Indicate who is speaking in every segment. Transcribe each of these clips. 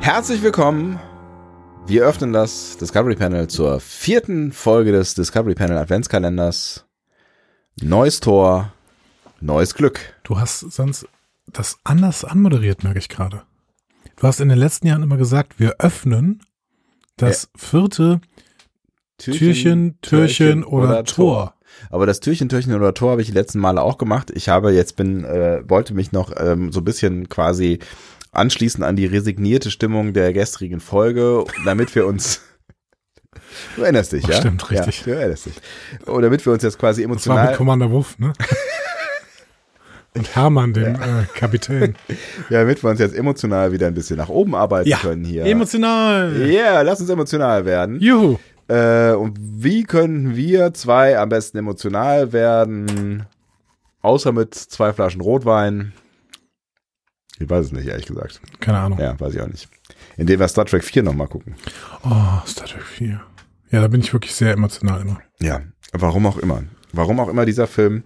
Speaker 1: Herzlich willkommen. Wir öffnen das Discovery Panel zur vierten Folge des Discovery Panel Adventskalenders. Neues Tor, neues Glück.
Speaker 2: Du hast sonst das anders anmoderiert, merke ich gerade. Du hast in den letzten Jahren immer gesagt, wir öffnen das vierte Türchen, Türchen, oder, Tor.
Speaker 1: Aber das Türchen, Türchen oder Tor habe ich die letzten Male auch gemacht. Ich habe jetzt bin, äh, wollte mich noch ähm, so ein bisschen quasi anschließen an die resignierte Stimmung der gestrigen Folge, damit wir uns. Du erinnerst dich,
Speaker 2: Oh,
Speaker 1: ja?
Speaker 2: stimmt, richtig.
Speaker 1: Ja, du erinnerst dich. Und damit wir uns jetzt quasi
Speaker 2: Das war mit
Speaker 1: emotional.
Speaker 2: Commander Wuff, ne? Und Hermann, dem äh, Kapitän.
Speaker 1: Ja, damit wir uns jetzt emotional wieder ein bisschen nach oben arbeiten können hier. Ja,
Speaker 2: emotional.
Speaker 1: yeah, lass uns emotional werden.
Speaker 2: Juhu.
Speaker 1: Äh, und wie können wir zwei am besten emotional werden? Außer mit zwei Flaschen Rotwein. Ich weiß es nicht, ehrlich gesagt.
Speaker 2: Keine Ahnung.
Speaker 1: Ja, weiß ich auch nicht. Indem wir Star Trek 4 nochmal gucken.
Speaker 2: Oh, Star Trek 4. Ja, da bin ich wirklich sehr emotional immer.
Speaker 1: Ja, warum auch immer. Warum auch immer dieser Film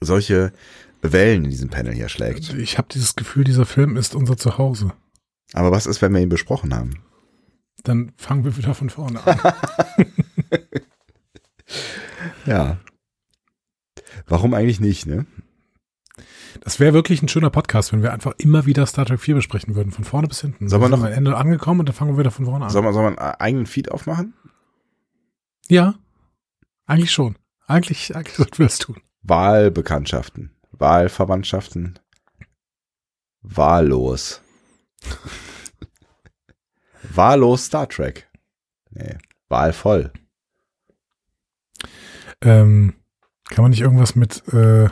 Speaker 1: solche Wellen in diesem Panel hier schlägt.
Speaker 2: Also Ich habe dieses Gefühl, dieser Film ist unser Zuhause.
Speaker 1: Aber was ist, wenn wir ihn besprochen haben?
Speaker 2: Dann fangen wir wieder von vorne an.
Speaker 1: Ja. Warum eigentlich nicht, ne?
Speaker 2: Das wäre wirklich ein schöner Podcast, wenn wir einfach immer wieder Star Trek 4 besprechen würden, von vorne bis hinten.
Speaker 1: Sollen wir noch-
Speaker 2: am Ende angekommen und dann fangen wir wieder von vorne an.
Speaker 1: Soll man, soll man einen eigenen Feed aufmachen?
Speaker 2: ja, eigentlich schon. Eigentlich, eigentlich sollten wir das tun.
Speaker 1: Wahlbekanntschaften, Wahlverwandtschaften, wahllos. wahllos Star Trek. Nee, wahlvoll.
Speaker 2: Ähm, kann man nicht irgendwas mit, äh, äh,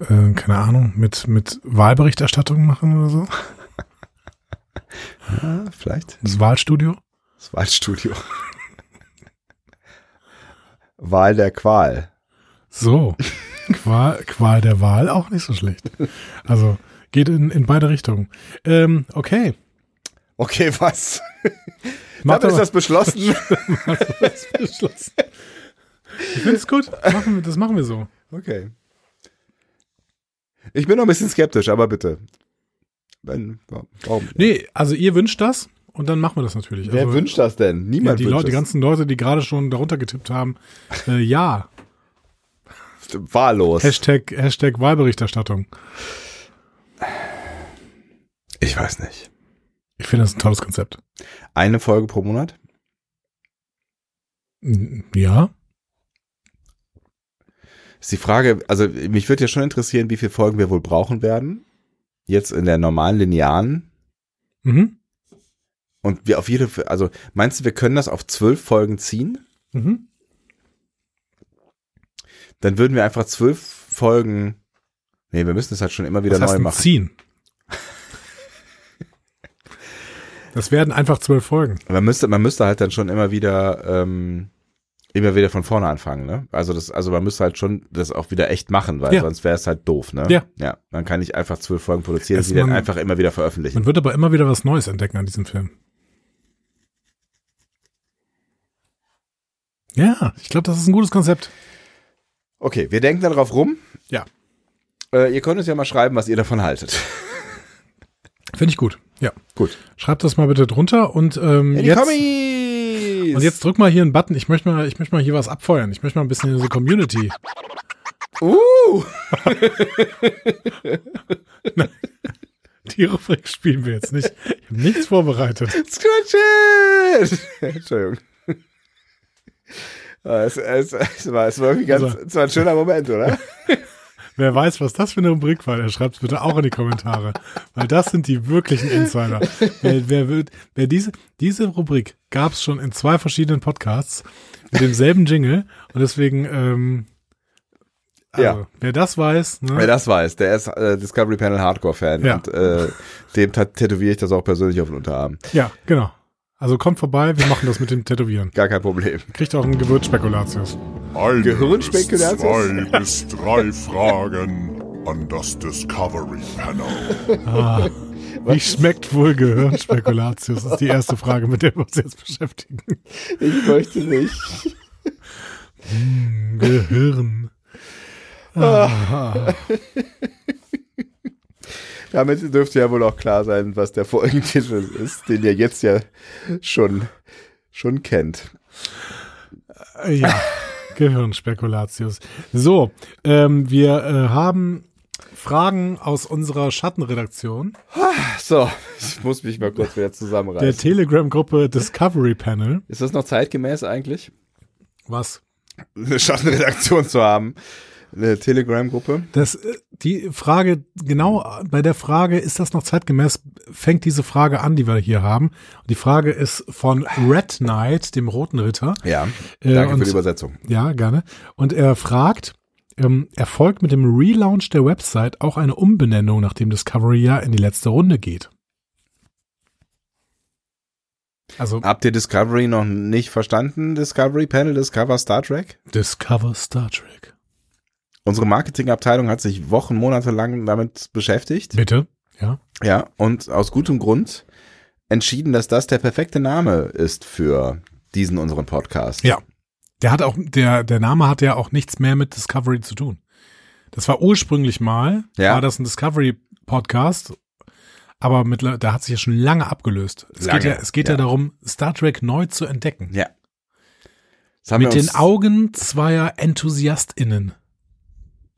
Speaker 2: keine Ahnung, mit, mit Wahlberichterstattung machen oder so?
Speaker 1: Ah, vielleicht.
Speaker 2: Das Wahlstudio?
Speaker 1: Das Wahlstudio. Wahl der Qual.
Speaker 2: So. Qual, Qual der Wahl auch nicht so schlecht. Also geht in, in beide Richtungen. Ähm, okay.
Speaker 1: Okay, was?
Speaker 2: Macht
Speaker 1: Damit ist das
Speaker 2: aber-
Speaker 1: beschlossen.
Speaker 2: Das ist beschlossen. Ich finde es gut. Machen wir, das machen wir so.
Speaker 1: Okay. Ich bin noch ein bisschen skeptisch, aber bitte. Wenn, warum?
Speaker 2: Nee, also ihr wünscht das und dann machen wir das natürlich.
Speaker 1: Wer
Speaker 2: also,
Speaker 1: wünscht das denn?
Speaker 2: ja,
Speaker 1: Niemand
Speaker 2: die,
Speaker 1: wünscht
Speaker 2: Leute, die
Speaker 1: das.
Speaker 2: ganzen Leute, die gerade schon darunter getippt haben, äh, ja.
Speaker 1: wahllos.
Speaker 2: Hashtag, Hashtag Wahlberichterstattung.
Speaker 1: Ich weiß nicht.
Speaker 2: Ich finde das ein tolles Konzept.
Speaker 1: Eine Folge pro Monat?
Speaker 2: Mm, Ja.
Speaker 1: Ist die Frage, also mich würde ja schon interessieren, wie viele Folgen wir wohl brauchen werden. Jetzt in der normalen linearen.
Speaker 2: Mhm.
Speaker 1: Und wir auf jede, also meinst du, wir können das auf zwölf Folgen ziehen?
Speaker 2: Mhm.
Speaker 1: Dann würden wir einfach zwölf Folgen. Nee, wir müssen es halt schon immer wieder
Speaker 2: Was heißt
Speaker 1: neu
Speaker 2: denn
Speaker 1: machen.
Speaker 2: Ziehen. Das werden einfach zwölf Folgen.
Speaker 1: Man müsste, man müsste halt dann schon immer wieder, ähm, immer wieder von vorne anfangen, ne? Also das, also man müsste halt schon das auch wieder echt machen, weil
Speaker 2: Ja.
Speaker 1: sonst wäre es halt doof, ne?
Speaker 2: Ja.
Speaker 1: Ja. Dann kann ich einfach zwölf Folgen produzieren,
Speaker 2: Also
Speaker 1: die dann
Speaker 2: man-
Speaker 1: einfach immer wieder veröffentlichen.
Speaker 2: Man wird aber immer wieder was Neues entdecken an diesem Film. Ja, ich glaube, das ist ein gutes Konzept.
Speaker 1: Okay, wir denken darauf rum.
Speaker 2: Ja.
Speaker 1: Äh, ihr könnt uns ja mal schreiben, was ihr davon haltet.
Speaker 2: Finde ich gut. Ja.
Speaker 1: Gut.
Speaker 2: Schreibt das mal bitte drunter und ähm,
Speaker 1: In die
Speaker 2: jetzt.
Speaker 1: Kommis!
Speaker 2: Und jetzt drück mal hier einen Button. Ich möchte mal, ich möchte mal hier was abfeuern. Ich möchte mal ein bisschen in unsere Community.
Speaker 1: Uh!
Speaker 2: Die Rubrik spielen wir jetzt nicht. Ich habe nichts vorbereitet.
Speaker 1: Scratchet! Entschuldigung. Ah, Es, es, es, war, es war irgendwie ganz,
Speaker 2: Also-
Speaker 1: es war ein schöner Moment, oder?
Speaker 2: Wer weiß, was das für eine Rubrik war, der schreibt es bitte auch in die Kommentare. Weil das sind die wirklichen Insider. Wer, wer, wird, wer diese, diese Rubrik gab es schon in zwei verschiedenen Podcasts mit demselben Jingle. Und deswegen, ähm, Also, ja. Wer das weiß, ne?
Speaker 1: Wer das weiß, der ist äh, Discovery Panel Hardcore-Fan
Speaker 2: Ja.
Speaker 1: und äh, dem tat- tätowiere ich das auch persönlich auf den Unterarm.
Speaker 2: Ja, genau. Also kommt vorbei, wir machen das mit dem Tätowieren.
Speaker 1: Gar kein Problem.
Speaker 2: Kriegt auch einen Gewürzspekulatius.
Speaker 3: Eine bis
Speaker 1: Gehirnspekulatius?
Speaker 3: zwei bis drei Fragen an das Discovery Panel.
Speaker 2: Ah, wie schmeckt wohl Gehirnspekulatius? Ist die erste Frage, mit der wir uns jetzt beschäftigen.
Speaker 1: Ich möchte nicht.
Speaker 2: Gehirn.
Speaker 1: Damit dürfte ja wohl auch klar sein, was der Folgentitel ist, den ihr jetzt ja schon, schon kennt.
Speaker 2: Ja, Gehirnspekulatius. So, ähm, wir äh, haben Fragen aus unserer Schattenredaktion,
Speaker 1: So, ich muss mich mal kurz wieder
Speaker 2: der
Speaker 1: zusammenreißen.
Speaker 2: Telegram-Gruppe Discovery Panel.
Speaker 1: Ist das noch zeitgemäß eigentlich?
Speaker 2: Was?
Speaker 1: Eine Schattenredaktion zu haben. Eine Telegram-Gruppe.
Speaker 2: Das, äh, die Frage, genau bei der Frage, ist das noch zeitgemäß, fängt diese Frage an, die wir hier haben. Die Frage ist von Red Knight, dem Roten Ritter.
Speaker 1: Ja,
Speaker 2: Äh,
Speaker 1: danke für
Speaker 2: und-
Speaker 1: die Übersetzung.
Speaker 2: Ja, gerne. Und er fragt, ähm, erfolgt mit dem Relaunch der Website auch eine Umbenennung, nachdem Discovery ja in die letzte Runde geht? Also
Speaker 1: Habt ihr Discovery noch nicht verstanden? Discovery Panel, Discover Star Trek?
Speaker 2: Discover Star Trek.
Speaker 1: Unsere Marketingabteilung hat sich Wochen, Monate lang damit beschäftigt.
Speaker 2: Bitte? Ja.
Speaker 1: Ja, und aus gutem Grund entschieden, dass das der perfekte Name ist für diesen unseren Podcast.
Speaker 2: Ja. Der hat auch, der, der Name hat ja auch nichts mehr mit Discovery zu tun. Das war ursprünglich mal,
Speaker 1: Ja.
Speaker 2: war das ein Discovery-Podcast, aber mit, da hat sich ja schon lange abgelöst. Es
Speaker 1: Lange,
Speaker 2: geht, ja, es geht ja
Speaker 1: ja.
Speaker 2: darum, Star Trek neu zu entdecken.
Speaker 1: Ja. Das haben
Speaker 2: Mit
Speaker 1: wir
Speaker 2: den
Speaker 1: uns-
Speaker 2: Augen zweier EnthusiastInnen.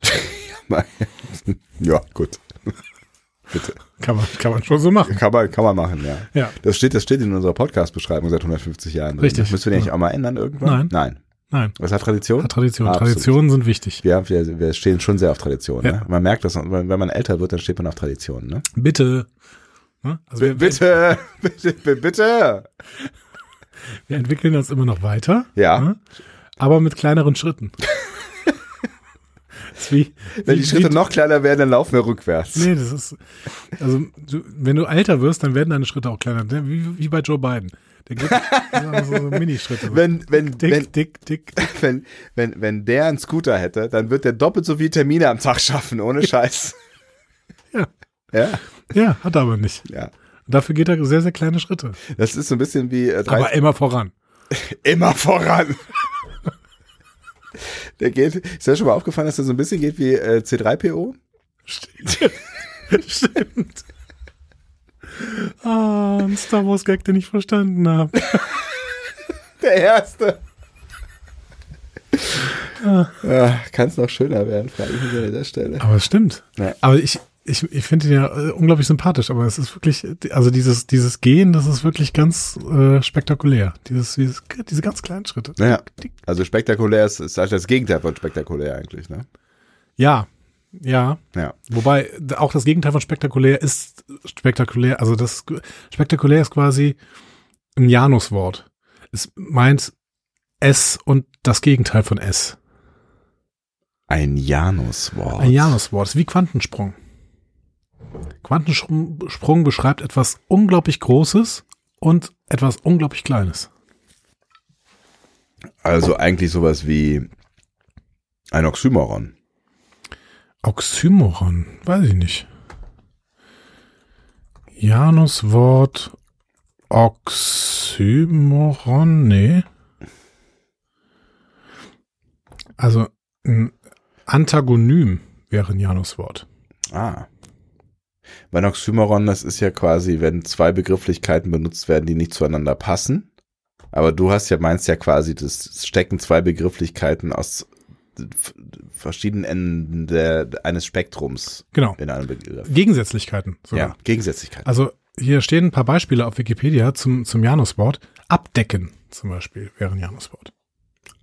Speaker 1: ja, gut.
Speaker 2: Kann man, kann man schon so machen.
Speaker 1: Kann man, kann man machen, ja.
Speaker 2: Ja.
Speaker 1: Das steht, das steht in unserer Podcast-Beschreibung seit 150 Jahren. drin.
Speaker 2: Richtig.
Speaker 1: Müssen wir den nicht auch mal ändern irgendwann?
Speaker 2: Nein.
Speaker 1: Nein.
Speaker 2: Nein.
Speaker 1: Was hat Tradition?
Speaker 2: Tradition.
Speaker 1: Absolut.
Speaker 2: Traditionen sind wichtig.
Speaker 1: Wir, wir, wir stehen schon sehr auf Tradition.
Speaker 2: Ja.
Speaker 1: Ne? Man merkt das, wenn wenn man älter wird, dann steht man auf Tradition. Ne?
Speaker 2: Bitte. Ne? Also wir,
Speaker 1: Bitte, bitte, bitte.
Speaker 2: wir entwickeln uns immer noch weiter.
Speaker 1: Ja.
Speaker 2: ne? Aber mit kleineren Schritten. Das ist wie,
Speaker 1: Wenn
Speaker 2: wie-
Speaker 1: die Schritte
Speaker 2: wie,
Speaker 1: noch kleiner werden, dann laufen wir rückwärts.
Speaker 2: Nee, das ist. Also, du, wenn du älter wirst, dann werden deine Schritte auch kleiner. Ne? Wie, wie bei Joe Biden. Der geht so, so Minischritte.
Speaker 1: Wenn, wenn,
Speaker 2: dick,
Speaker 1: wenn,
Speaker 2: dick, dick.
Speaker 1: wenn, wenn, wenn der einen Scooter hätte, dann wird der doppelt so viele Termine am Tag schaffen, ohne Scheiß.
Speaker 2: Ja.
Speaker 1: Ja,
Speaker 2: Ja, hat er aber nicht.
Speaker 1: ja.
Speaker 2: Dafür geht er sehr, sehr kleine Schritte.
Speaker 1: Das ist so ein bisschen wie äh, drei
Speaker 2: Aber immer voran.
Speaker 1: immer voran. Der geht, ist ja schon mal aufgefallen, dass der so ein bisschen geht wie äh, C3PO?
Speaker 2: Stimmt. Stimmt. Ah, ein Star Wars Gag, den ich verstanden habe.
Speaker 1: Der Erste. Ah. Ja, Kann es noch schöner werden, frage ich mich an dieser Stelle.
Speaker 2: Aber es stimmt.
Speaker 1: Ja.
Speaker 2: Aber ich, ich, ich finde ihn ja äh, unglaublich sympathisch, aber es ist wirklich, äh, also dieses, dieses Gehen, das ist wirklich ganz äh, spektakulär. Dieses, dieses, diese ganz kleinen Schritte.
Speaker 1: Ja, also spektakulär ist, ist halt das Gegenteil von spektakulär eigentlich, ne?
Speaker 2: Ja, ja.
Speaker 1: Ja.
Speaker 2: Wobei d- auch das Gegenteil von spektakulär ist spektakulär. Also das spektakulär ist quasi ein Januswort. Es meint S und das Gegenteil von S.
Speaker 1: Ein Januswort.
Speaker 2: Ein Januswort, ist wie Quantensprung. Quantensprung beschreibt etwas unglaublich Großes und etwas unglaublich Kleines.
Speaker 1: Also eigentlich sowas wie ein Oxymoron.
Speaker 2: Oxymoron, weiß ich nicht. Januswort Oxymoron, nee. Also ein Antagonym wäre ein Januswort.
Speaker 1: Ah. Weil Oxymoron, das ist ja quasi, wenn zwei Begrifflichkeiten benutzt werden, die nicht zueinander passen. Aber du hast ja, meinst ja quasi, das stecken zwei Begrifflichkeiten aus f- verschiedenen Enden der, eines Spektrums
Speaker 2: Genau.
Speaker 1: in einem Begriff.
Speaker 2: Gegensätzlichkeiten sogar.
Speaker 1: Ja, Gegensätzlichkeit.
Speaker 2: Also hier stehen ein paar Beispiele auf Wikipedia zum, zum Januswort. Abdecken zum Beispiel wäre ein Januswort.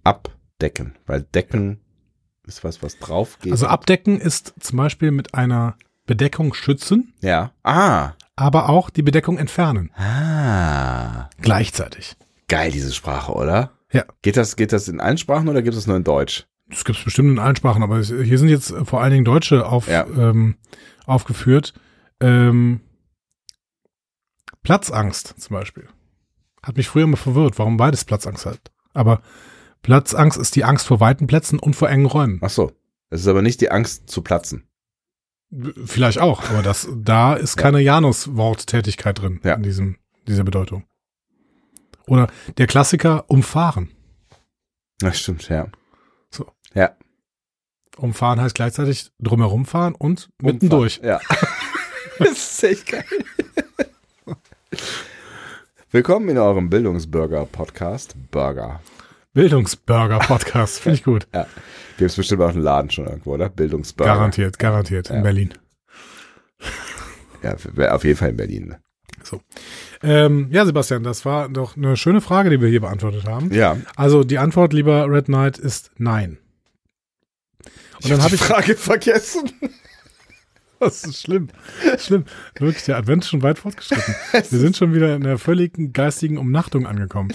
Speaker 1: Abdecken, weil Decken ist was, was drauf geht.
Speaker 2: Also abdecken ist zum Beispiel mit einer Bedeckung schützen,
Speaker 1: ja. Ah.
Speaker 2: aber auch die Bedeckung entfernen.
Speaker 1: Ah.
Speaker 2: Gleichzeitig.
Speaker 1: Geil, diese Sprache, oder?
Speaker 2: Ja.
Speaker 1: Geht das, geht das in allen Sprachen oder gibt es nur in Deutsch?
Speaker 2: Das gibt es bestimmt in allen Sprachen, aber hier sind jetzt vor allen Dingen Deutsche auf,
Speaker 1: Ja.
Speaker 2: ähm, aufgeführt. Ähm, Platzangst zum Beispiel. Hat mich früher immer verwirrt, warum beides Platzangst hat. Aber Platzangst ist die Angst vor weiten Plätzen und vor engen Räumen.
Speaker 1: Ach so. Es ist aber nicht die Angst zu platzen.
Speaker 2: Vielleicht auch, aber das, da ist keine Janus-Worttätigkeit drin
Speaker 1: Ja.
Speaker 2: in diesem, dieser Bedeutung. Oder der Klassiker umfahren.
Speaker 1: Das stimmt, ja.
Speaker 2: Umfahren heißt gleichzeitig drumherum fahren und mittendurch.
Speaker 1: Ja. das ist echt geil. Willkommen in eurem Bildungsburger-Podcast Burger.
Speaker 2: Bildungsburger-Podcast, finde ich gut.
Speaker 1: Ja. Gibt es bestimmt auch einen Laden schon irgendwo, oder? Bildungsburger.
Speaker 2: Garantiert, garantiert
Speaker 1: Ja.
Speaker 2: in Berlin.
Speaker 1: Ja, wär auf jeden Fall in Berlin.
Speaker 2: Ähm, ja, Sebastian, das war doch eine schöne Frage, die wir hier beantwortet haben.
Speaker 1: Ja.
Speaker 2: Also die Antwort, lieber Red Knight, ist nein. Und dann habe ich,
Speaker 1: Frage vergessen.
Speaker 2: das ist schlimm, schlimm. Wirklich, der Advent ist schon weit fortgeschritten. Wir sind schon wieder in der völligen geistigen Umnachtung angekommen.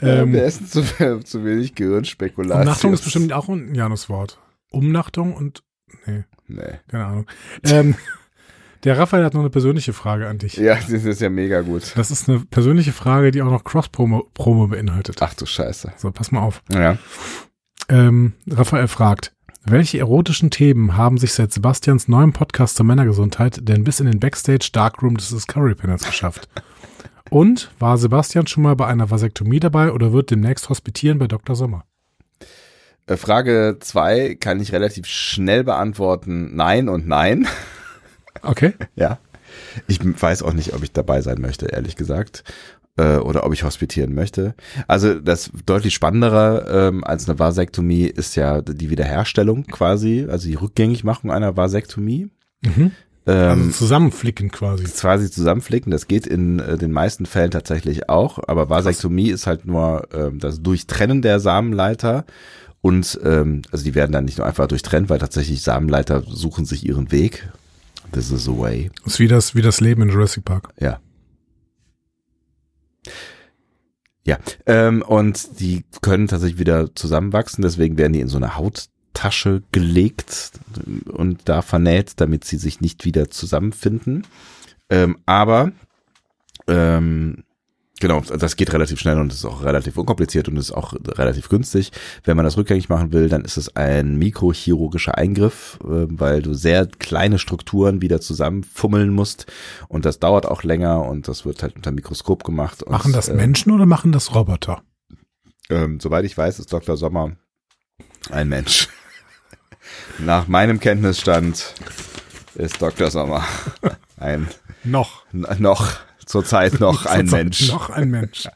Speaker 1: Ähm, wir
Speaker 2: Ähm,
Speaker 1: essen zu, zu wenig Gehirnspekulation.
Speaker 2: Umnachtung ist bestimmt auch ein Januswort. Umnachtung und, nee,
Speaker 1: Nee.
Speaker 2: keine Ahnung. Ähm, der Raphael hat noch eine persönliche Frage an dich.
Speaker 1: Ja, das ist ja mega gut.
Speaker 2: Das ist eine persönliche Frage, die auch noch Cross-Promo Promo beinhaltet.
Speaker 1: Ach du Scheiße.
Speaker 2: So, pass mal auf.
Speaker 1: Ja.
Speaker 2: Ähm, Raphael fragt, welche erotischen Themen haben sich seit Sebastians neuem Podcast zur Männergesundheit denn bis in den Backstage Darkroom des Discovery Panels geschafft? Und war Sebastian schon mal bei einer Vasektomie dabei oder wird demnächst hospitieren bei Dr. Sommer?
Speaker 1: Äh, Frage zwei kann ich relativ schnell beantworten. Nein und nein.
Speaker 2: Okay.
Speaker 1: Ja. Ich weiß auch nicht, ob ich dabei sein möchte, ehrlich gesagt. Äh, Oder ob ich hospitieren möchte. Also das deutlich spannendere ähm, als eine Vasektomie ist ja die Wiederherstellung quasi, also die Rückgängigmachung einer Vasektomie.
Speaker 2: Mhm. Also
Speaker 1: Ähm,
Speaker 2: zusammenflicken quasi.
Speaker 1: das quasi zusammenflicken, das geht in äh, den meisten Fällen tatsächlich auch, aber Vasektomie ist halt nur ähm, das Durchtrennen der Samenleiter und ähm, also die werden dann nicht nur einfach durchtrennt, weil tatsächlich Samenleiter suchen sich ihren Weg. This is the way.
Speaker 2: Das ist wie das, wie das Leben in Jurassic Park.
Speaker 1: Ja. Ja, ähm, und die können tatsächlich wieder zusammenwachsen, deswegen werden die in so eine Hauttasche gelegt und da vernäht, damit sie sich nicht wieder zusammenfinden. Ähm, aber ähm, genau, das geht relativ schnell und ist auch relativ unkompliziert und ist auch relativ günstig. Wenn man das rückgängig machen will, dann ist es ein mikrochirurgischer Eingriff, äh, weil du sehr kleine Strukturen wieder zusammenfummeln musst und das dauert auch länger und das wird halt unter Mikroskop gemacht. Und,
Speaker 2: Machen das
Speaker 1: äh,
Speaker 2: Menschen oder machen das Roboter?
Speaker 1: ähm, soweit ich weiß, ist Dr. Sommer ein Mensch. Nach meinem Kenntnisstand ist Dr. Sommer ein
Speaker 2: Noch.
Speaker 1: n- noch zurzeit noch ein
Speaker 2: Sozusagen
Speaker 1: Mensch.
Speaker 2: Noch ein Mensch.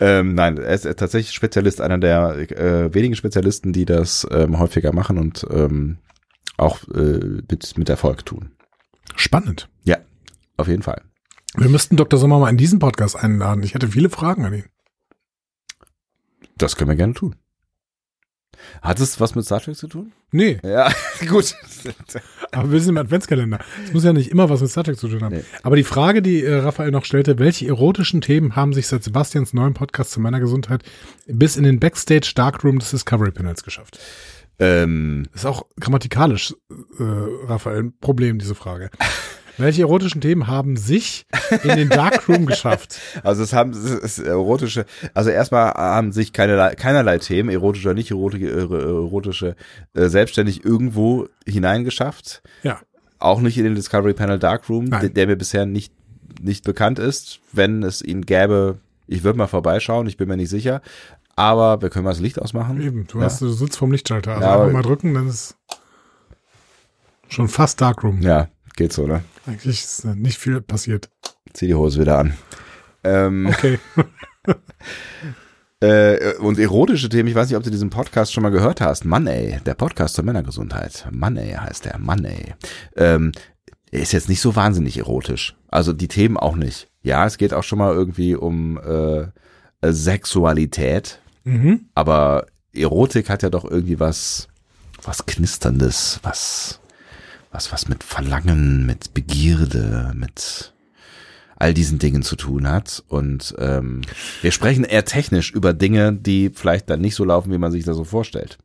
Speaker 1: Ähm, nein, er ist tatsächlich Spezialist, einer der äh, wenigen Spezialisten, die das ähm, häufiger machen und ähm, auch äh, mit, mit Erfolg tun.
Speaker 2: Spannend.
Speaker 1: Ja, auf jeden Fall.
Speaker 2: Wir müssten Dr. Sommer mal in diesen Podcast einladen. Ich hätte viele Fragen an ihn.
Speaker 1: Das können wir gerne tun. Hat es was mit Star Trek zu tun?
Speaker 2: Nee,
Speaker 1: Ja, gut.
Speaker 2: Aber wir sind im Adventskalender. Es muss ja nicht immer was mit Star Trek zu tun haben.
Speaker 1: Nee.
Speaker 2: Aber die Frage, die äh, Raphael noch stellte, welche erotischen Themen haben sich seit Sebastians neuem Podcast zu meiner Gesundheit bis in den Backstage Darkroom des Discovery Panels geschafft?
Speaker 1: ähm,
Speaker 2: Ist auch grammatikalisch, äh, Raphael, ein Problem, diese Frage. welche erotischen Themen haben sich in den Darkroom geschafft?
Speaker 1: Also es haben es ist erotische, also erstmal haben sich keinerlei, keinerlei Themen, erotische oder nicht erotische, erotische äh, selbstständig irgendwo hineingeschafft.
Speaker 2: Ja.
Speaker 1: Auch nicht in den Discovery Panel Darkroom,
Speaker 2: Nein.
Speaker 1: der, der mir bisher nicht nicht bekannt ist. Wenn es ihn gäbe, ich würde mal vorbeischauen, ich bin mir nicht sicher. Aber wir können mal das Licht ausmachen.
Speaker 2: Eben, du,
Speaker 1: ja.
Speaker 2: hast, du sitzt vorm Lichtschalter. Also
Speaker 1: Ja, aber-
Speaker 2: einfach mal drücken, dann ist schon fast Darkroom.
Speaker 1: Ja, geht so, ne?
Speaker 2: Eigentlich ist äh, nicht viel passiert.
Speaker 1: Zieh die Hose wieder an. Ähm,
Speaker 2: Okay.
Speaker 1: Äh, und erotische Themen, ich weiß nicht, ob du diesen Podcast schon mal gehört hast. Mann ey, der Podcast zur Männergesundheit. Mann ey heißt der, Mann ey. Ähm, ist jetzt nicht so wahnsinnig erotisch. Also die Themen auch nicht. Ja, es geht auch schon mal irgendwie um äh, Sexualität,
Speaker 2: mhm.
Speaker 1: aber Erotik hat ja doch irgendwie was, was Knisterndes, was, was, was mit Verlangen, mit Begierde, mit all diesen Dingen zu tun hat. Und ähm, wir sprechen eher technisch über Dinge, die vielleicht dann nicht so laufen, wie man sich das so vorstellt.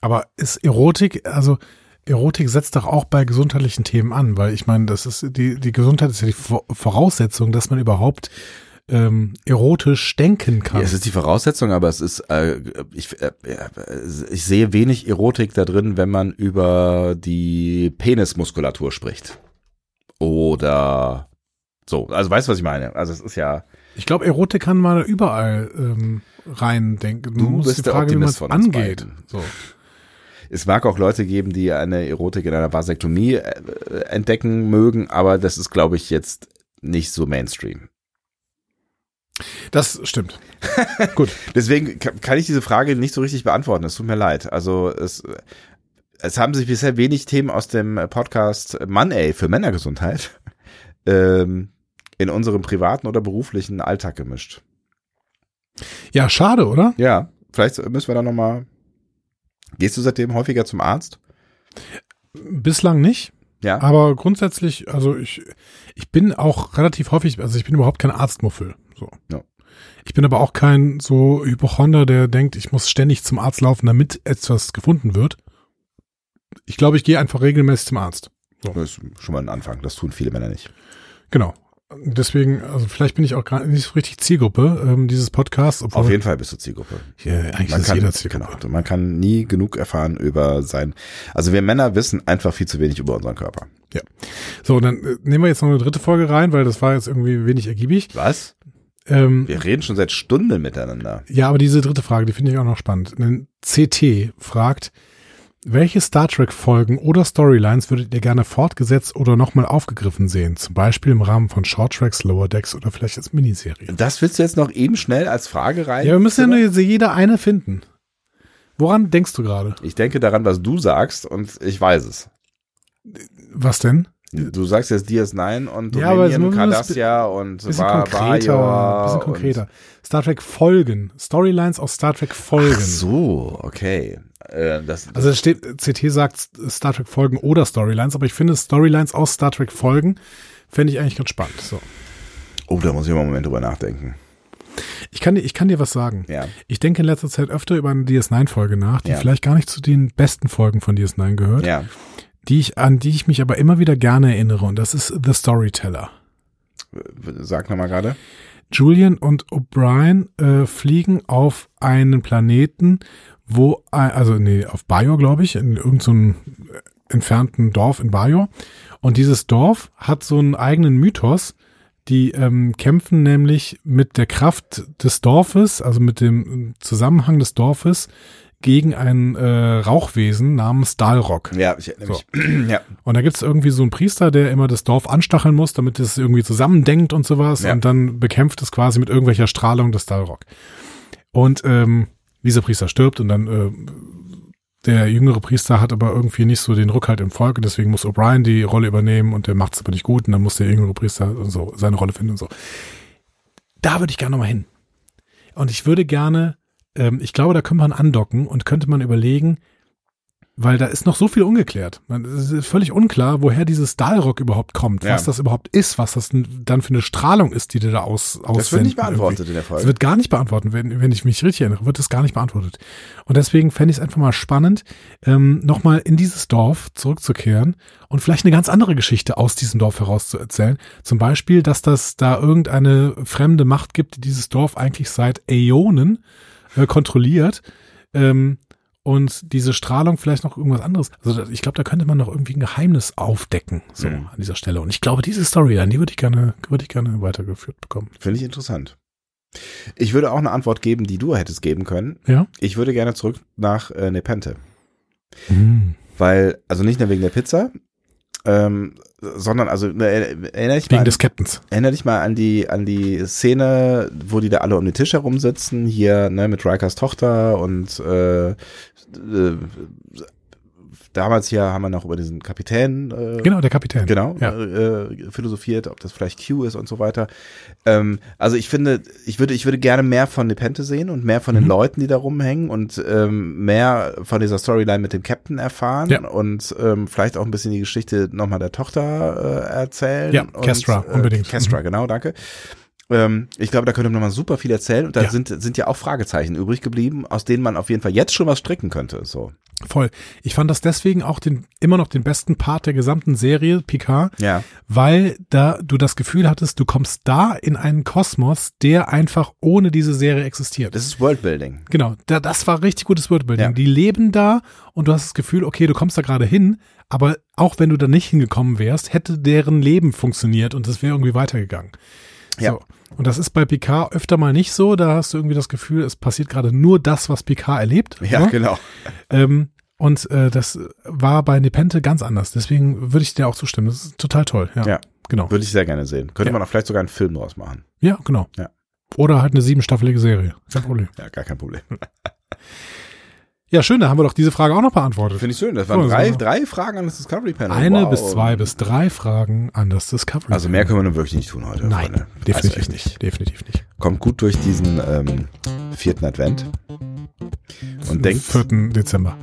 Speaker 2: Aber ist Erotik, also Erotik setzt doch auch bei gesundheitlichen Themen an, weil ich meine, das ist die, die Gesundheit ist ja die Voraussetzung, dass man überhaupt ähm, erotisch denken kann.
Speaker 1: Ja, es ist die Voraussetzung, aber es ist, äh, ich, äh, ich sehe wenig Erotik da drin, wenn man über die Penismuskulatur spricht. Oder so. Also weißt du, was ich meine? Also es ist ja.
Speaker 2: Ich glaube, Erotik kann man überall ähm, reindenken.
Speaker 1: Du, du musst bist die Frage, der Optimist wie man angeht. So. Es mag auch Leute geben, die eine Erotik in einer Vasektomie äh, entdecken mögen, aber das ist, glaube ich, jetzt nicht so Mainstream.
Speaker 2: Das stimmt. Gut.
Speaker 1: Deswegen kann ich diese Frage nicht so richtig beantworten. Es tut mir leid. Also es, es haben sich bisher wenig Themen aus dem Podcast Mann ey für Männergesundheit ähm, in unserem privaten oder beruflichen Alltag gemischt.
Speaker 2: Ja, schade, oder?
Speaker 1: Ja, vielleicht müssen wir da noch mal. Gehst du seitdem häufiger zum Arzt?
Speaker 2: Bislang nicht.
Speaker 1: Ja.
Speaker 2: Aber grundsätzlich, also ich, ich bin auch relativ häufig, also ich bin überhaupt kein Arztmuffel. So.
Speaker 1: Ja.
Speaker 2: Ich bin aber auch kein so Hypochonder, der denkt, ich muss ständig zum Arzt laufen, damit etwas gefunden wird. Ich glaube, ich gehe einfach regelmäßig zum Arzt.
Speaker 1: So. Das ist schon mal ein Anfang. Das tun viele Männer nicht.
Speaker 2: Genau. Deswegen, also vielleicht bin ich auch gar nicht so richtig Zielgruppe ähm, dieses Podcasts.
Speaker 1: Auf jeden Fall bist du Zielgruppe.
Speaker 2: Ja, eigentlich
Speaker 1: man
Speaker 2: ist
Speaker 1: kann,
Speaker 2: jeder Zielgruppe.
Speaker 1: Genau, man kann nie genug erfahren über sein. Also wir Männer wissen einfach viel zu wenig über unseren Körper.
Speaker 2: Ja. So, und dann äh, nehmen wir jetzt noch eine dritte Folge rein, weil das war jetzt irgendwie wenig ergiebig.
Speaker 1: Was?
Speaker 2: Ähm,
Speaker 1: Wir reden schon seit Stunden miteinander.
Speaker 2: ja, aber diese dritte Frage, die finde ich auch noch spannend. Ein CT fragt, welche Star Trek-Folgen oder Storylines würdet ihr gerne fortgesetzt oder nochmal aufgegriffen sehen? Zum Beispiel im Rahmen von Short Tracks, Lower Decks oder vielleicht als Miniserie.
Speaker 1: Das willst du jetzt noch eben schnell als Frage rein?
Speaker 2: Ja, wir müssen ja nur jetzt jeder eine finden. Woran denkst du gerade?
Speaker 1: ich denke daran, was du sagst und ich weiß es.
Speaker 2: Was denn?
Speaker 1: Du sagst jetzt DS9 und
Speaker 2: Ja, aber jetzt
Speaker 1: Dominion,
Speaker 2: müssen wir das
Speaker 1: Cardassia und
Speaker 2: Bisschen
Speaker 1: Bar-
Speaker 2: konkreter.
Speaker 1: Bajor
Speaker 2: Bisschen
Speaker 1: und-
Speaker 2: konkreter. Star Trek-Folgen. Storylines aus Star Trek-Folgen.
Speaker 1: Ach so, okay. Äh, das,
Speaker 2: Also es steht, CT sagt Star Trek Folgen oder Storylines, aber ich finde Storylines aus Star Trek Folgen fände ich eigentlich ganz spannend. So.
Speaker 1: oh, da muss ich mal einen Moment drüber nachdenken.
Speaker 2: Ich kann dir, ich kann dir was sagen.
Speaker 1: Ja.
Speaker 2: Ich denke in letzter Zeit öfter über eine DS9-Folge nach, die
Speaker 1: Ja.
Speaker 2: vielleicht gar nicht zu den besten Folgen von DS9 gehört,
Speaker 1: Ja.
Speaker 2: die ich, an die ich mich aber immer wieder gerne erinnere und das ist The Storyteller.
Speaker 1: Sag nochmal gerade.
Speaker 2: Julian und O'Brien äh, fliegen auf einen Planeten, wo, ein- also nee, auf Bajor, glaube ich, in irgendeinem äh, entfernten Dorf in Bajor. Und dieses Dorf hat so einen eigenen Mythos. Die ähm, kämpfen nämlich mit der Kraft des Dorfes, also mit dem Zusammenhang des Dorfes, gegen ein äh, Rauchwesen namens Dalrock.
Speaker 1: Ja, ich erinnere mich. Ja.
Speaker 2: Und da gibt's irgendwie so einen Priester, der immer das Dorf anstacheln muss, damit es irgendwie zusammendenkt und sowas.
Speaker 1: Ja.
Speaker 2: Und dann bekämpft es quasi mit irgendwelcher Strahlung das Dalrock. Und ähm, dieser Priester stirbt und dann äh, der jüngere Priester hat aber irgendwie nicht so den Rückhalt im Volk und deswegen muss O'Brien die Rolle übernehmen und der macht's aber nicht gut und dann muss der jüngere Priester und so seine Rolle finden und so. Da würde ich gerne nochmal hin. Und ich würde gerne, ähm, ich glaube, da könnte man andocken und könnte man überlegen, weil da ist noch so viel ungeklärt. Man, es ist völlig unklar, woher dieses Dalrock überhaupt kommt,
Speaker 1: Ja.
Speaker 2: was das überhaupt ist, was das denn dann für eine Strahlung ist, die du da aus, aus
Speaker 1: Das wird nicht beantwortet in der
Speaker 2: es
Speaker 1: Folge.
Speaker 2: wird gar nicht beantwortet, wenn, wenn ich mich richtig erinnere, wird es gar nicht beantwortet. Und deswegen fände ich es einfach mal spannend, ähm, nochmal in dieses Dorf zurückzukehren und vielleicht eine ganz andere Geschichte aus diesem Dorf heraus zu erzählen. Zum Beispiel, dass das da irgendeine fremde Macht gibt, die dieses Dorf eigentlich seit Äonen äh, kontrolliert. Ähm, und diese Strahlung vielleicht noch irgendwas anderes. Also da- ich glaube, da könnte man noch irgendwie ein Geheimnis aufdecken, so
Speaker 1: Mhm.
Speaker 2: an dieser Stelle. Und ich glaube, diese Story, an die würde ich gerne, würde ich gerne weitergeführt bekommen.
Speaker 1: Finde ich interessant. Ich würde auch eine Antwort geben, die du hättest geben können.
Speaker 2: Ja.
Speaker 1: Ich würde gerne zurück nach äh, Nepente. Weil, also nicht nur wegen der Pizza, ähm, sondern also ne, erinnere ich mal
Speaker 2: Wegen
Speaker 1: an,
Speaker 2: des Captains.
Speaker 1: erinnere dich mal an die an die Szene, wo die da alle um den Tisch herumsitzen, hier ne mit Rikers Tochter und äh, äh, damals hier haben wir noch über diesen Kapitän äh,
Speaker 2: Genau, der Kapitän.
Speaker 1: genau
Speaker 2: Ja.
Speaker 1: äh, philosophiert, ob das vielleicht Q ist und so weiter. Ähm, also ich finde, ich würde, ich würde gerne mehr von Nepente sehen und mehr von den
Speaker 2: Mhm.
Speaker 1: Leuten, die da rumhängen und ähm, mehr von dieser Storyline mit dem Captain erfahren
Speaker 2: Ja.
Speaker 1: und ähm, vielleicht auch ein bisschen die Geschichte nochmal der Tochter äh, erzählen.
Speaker 2: Ja,
Speaker 1: und,
Speaker 2: Kestra, unbedingt. Mhm.
Speaker 1: Kestra, genau, danke. Ähm, ich glaube, da könnte man mal super viel erzählen und da
Speaker 2: Ja.
Speaker 1: sind, sind ja auch Fragezeichen übrig geblieben, aus denen man auf jeden Fall jetzt schon was stricken könnte. So.
Speaker 2: Voll. Ich fand das deswegen auch den, immer noch den besten Part der gesamten Serie, Picard,
Speaker 1: Ja.
Speaker 2: weil da du das Gefühl hattest, du kommst da in einen Kosmos, der einfach ohne diese Serie existiert.
Speaker 1: Das ist Worldbuilding.
Speaker 2: Genau, da, das war richtig gutes Worldbuilding.
Speaker 1: Ja.
Speaker 2: Die leben da und du hast das Gefühl, okay, du kommst da gerade hin, aber auch wenn du da nicht hingekommen wärst, hätte deren Leben funktioniert und es wäre irgendwie weitergegangen.
Speaker 1: Ja.
Speaker 2: So. Und das ist bei Picard öfter mal nicht so. Da hast du irgendwie das Gefühl, es passiert gerade nur das, was Picard erlebt.
Speaker 1: Ja,
Speaker 2: ne?
Speaker 1: genau.
Speaker 2: ähm, und äh, das war bei Nepente ganz anders. Deswegen würde ich dir auch zustimmen. Das ist total toll. Ja,
Speaker 1: Ja.
Speaker 2: genau.
Speaker 1: Würde ich sehr gerne sehen. Könnte
Speaker 2: Ja.
Speaker 1: man auch vielleicht sogar einen Film draus machen.
Speaker 2: Ja, genau.
Speaker 1: Ja.
Speaker 2: Oder halt eine siebenstaffelige Serie. Kein Problem.
Speaker 1: Ja, gar kein Problem.
Speaker 2: Ja, schön, da haben wir doch diese Frage auch noch beantwortet.
Speaker 1: Finde ich schön. Das waren
Speaker 2: Oh, das
Speaker 1: drei,
Speaker 2: war-
Speaker 1: drei Fragen an das Discovery Panel.
Speaker 2: Eine
Speaker 1: Wow.
Speaker 2: bis zwei bis drei Fragen an das Discovery.
Speaker 1: Also mehr können wir nun wirklich nicht tun heute.
Speaker 2: Nein,
Speaker 1: Freunde.
Speaker 2: definitiv
Speaker 1: echt
Speaker 2: nicht. Definitiv nicht.
Speaker 1: Kommt gut durch diesen ähm, vierten Advent. Und denkt,
Speaker 2: 4. Dezember.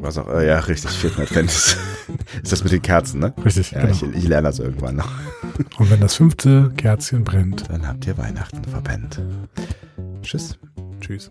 Speaker 1: was auch, äh, ja, richtig, vierten Advent ist, ist das mit den Kerzen, ne?
Speaker 2: Richtig,
Speaker 1: Ja,
Speaker 2: genau.
Speaker 1: ich, ich lerne das irgendwann noch.
Speaker 2: Und wenn das fünfte Kerzchen brennt.
Speaker 1: Dann habt ihr Weihnachten verpennt. Tschüss.
Speaker 2: Tschüss.